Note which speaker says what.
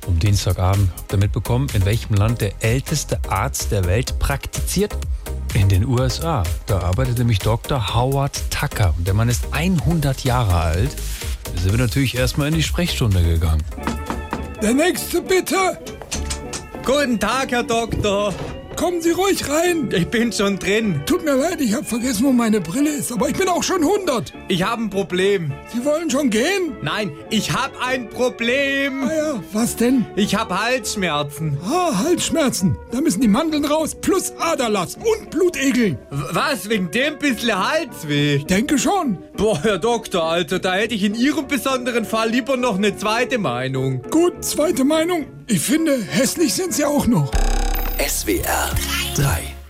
Speaker 1: vom Dienstagabend. Habt ihr mitbekommen, in welchem Land der älteste Arzt der Welt praktiziert? In den USA. Da arbeitet nämlich Dr. Howard Tucker. Und der Mann ist 100 Jahre alt. Da sind wir natürlich erstmal in die Sprechstunde gegangen.
Speaker 2: Der nächste bitte.
Speaker 3: Guten Tag, Herr Doktor.
Speaker 2: Kommen Sie ruhig rein.
Speaker 3: Ich bin schon drin.
Speaker 2: Tut mir leid, ich habe vergessen, wo meine Brille ist. Aber ich bin auch schon 100.
Speaker 3: Ich habe ein Problem.
Speaker 2: Sie wollen schon gehen?
Speaker 3: Nein, ich habe ein Problem.
Speaker 2: Ah ja, was denn?
Speaker 3: Ich habe Halsschmerzen.
Speaker 2: Ah, Halsschmerzen. Da müssen die Mandeln raus, plus Aderlass und Blutegel.
Speaker 3: W- Was, wegen dem bisschen Halsweh?
Speaker 2: Denke schon.
Speaker 3: Boah, Herr Doktor, Alter, da hätte ich in Ihrem besonderen Fall lieber noch eine zweite Meinung.
Speaker 2: Gut, zweite Meinung. Ich finde, hässlich sind sie auch noch.
Speaker 4: SWR 3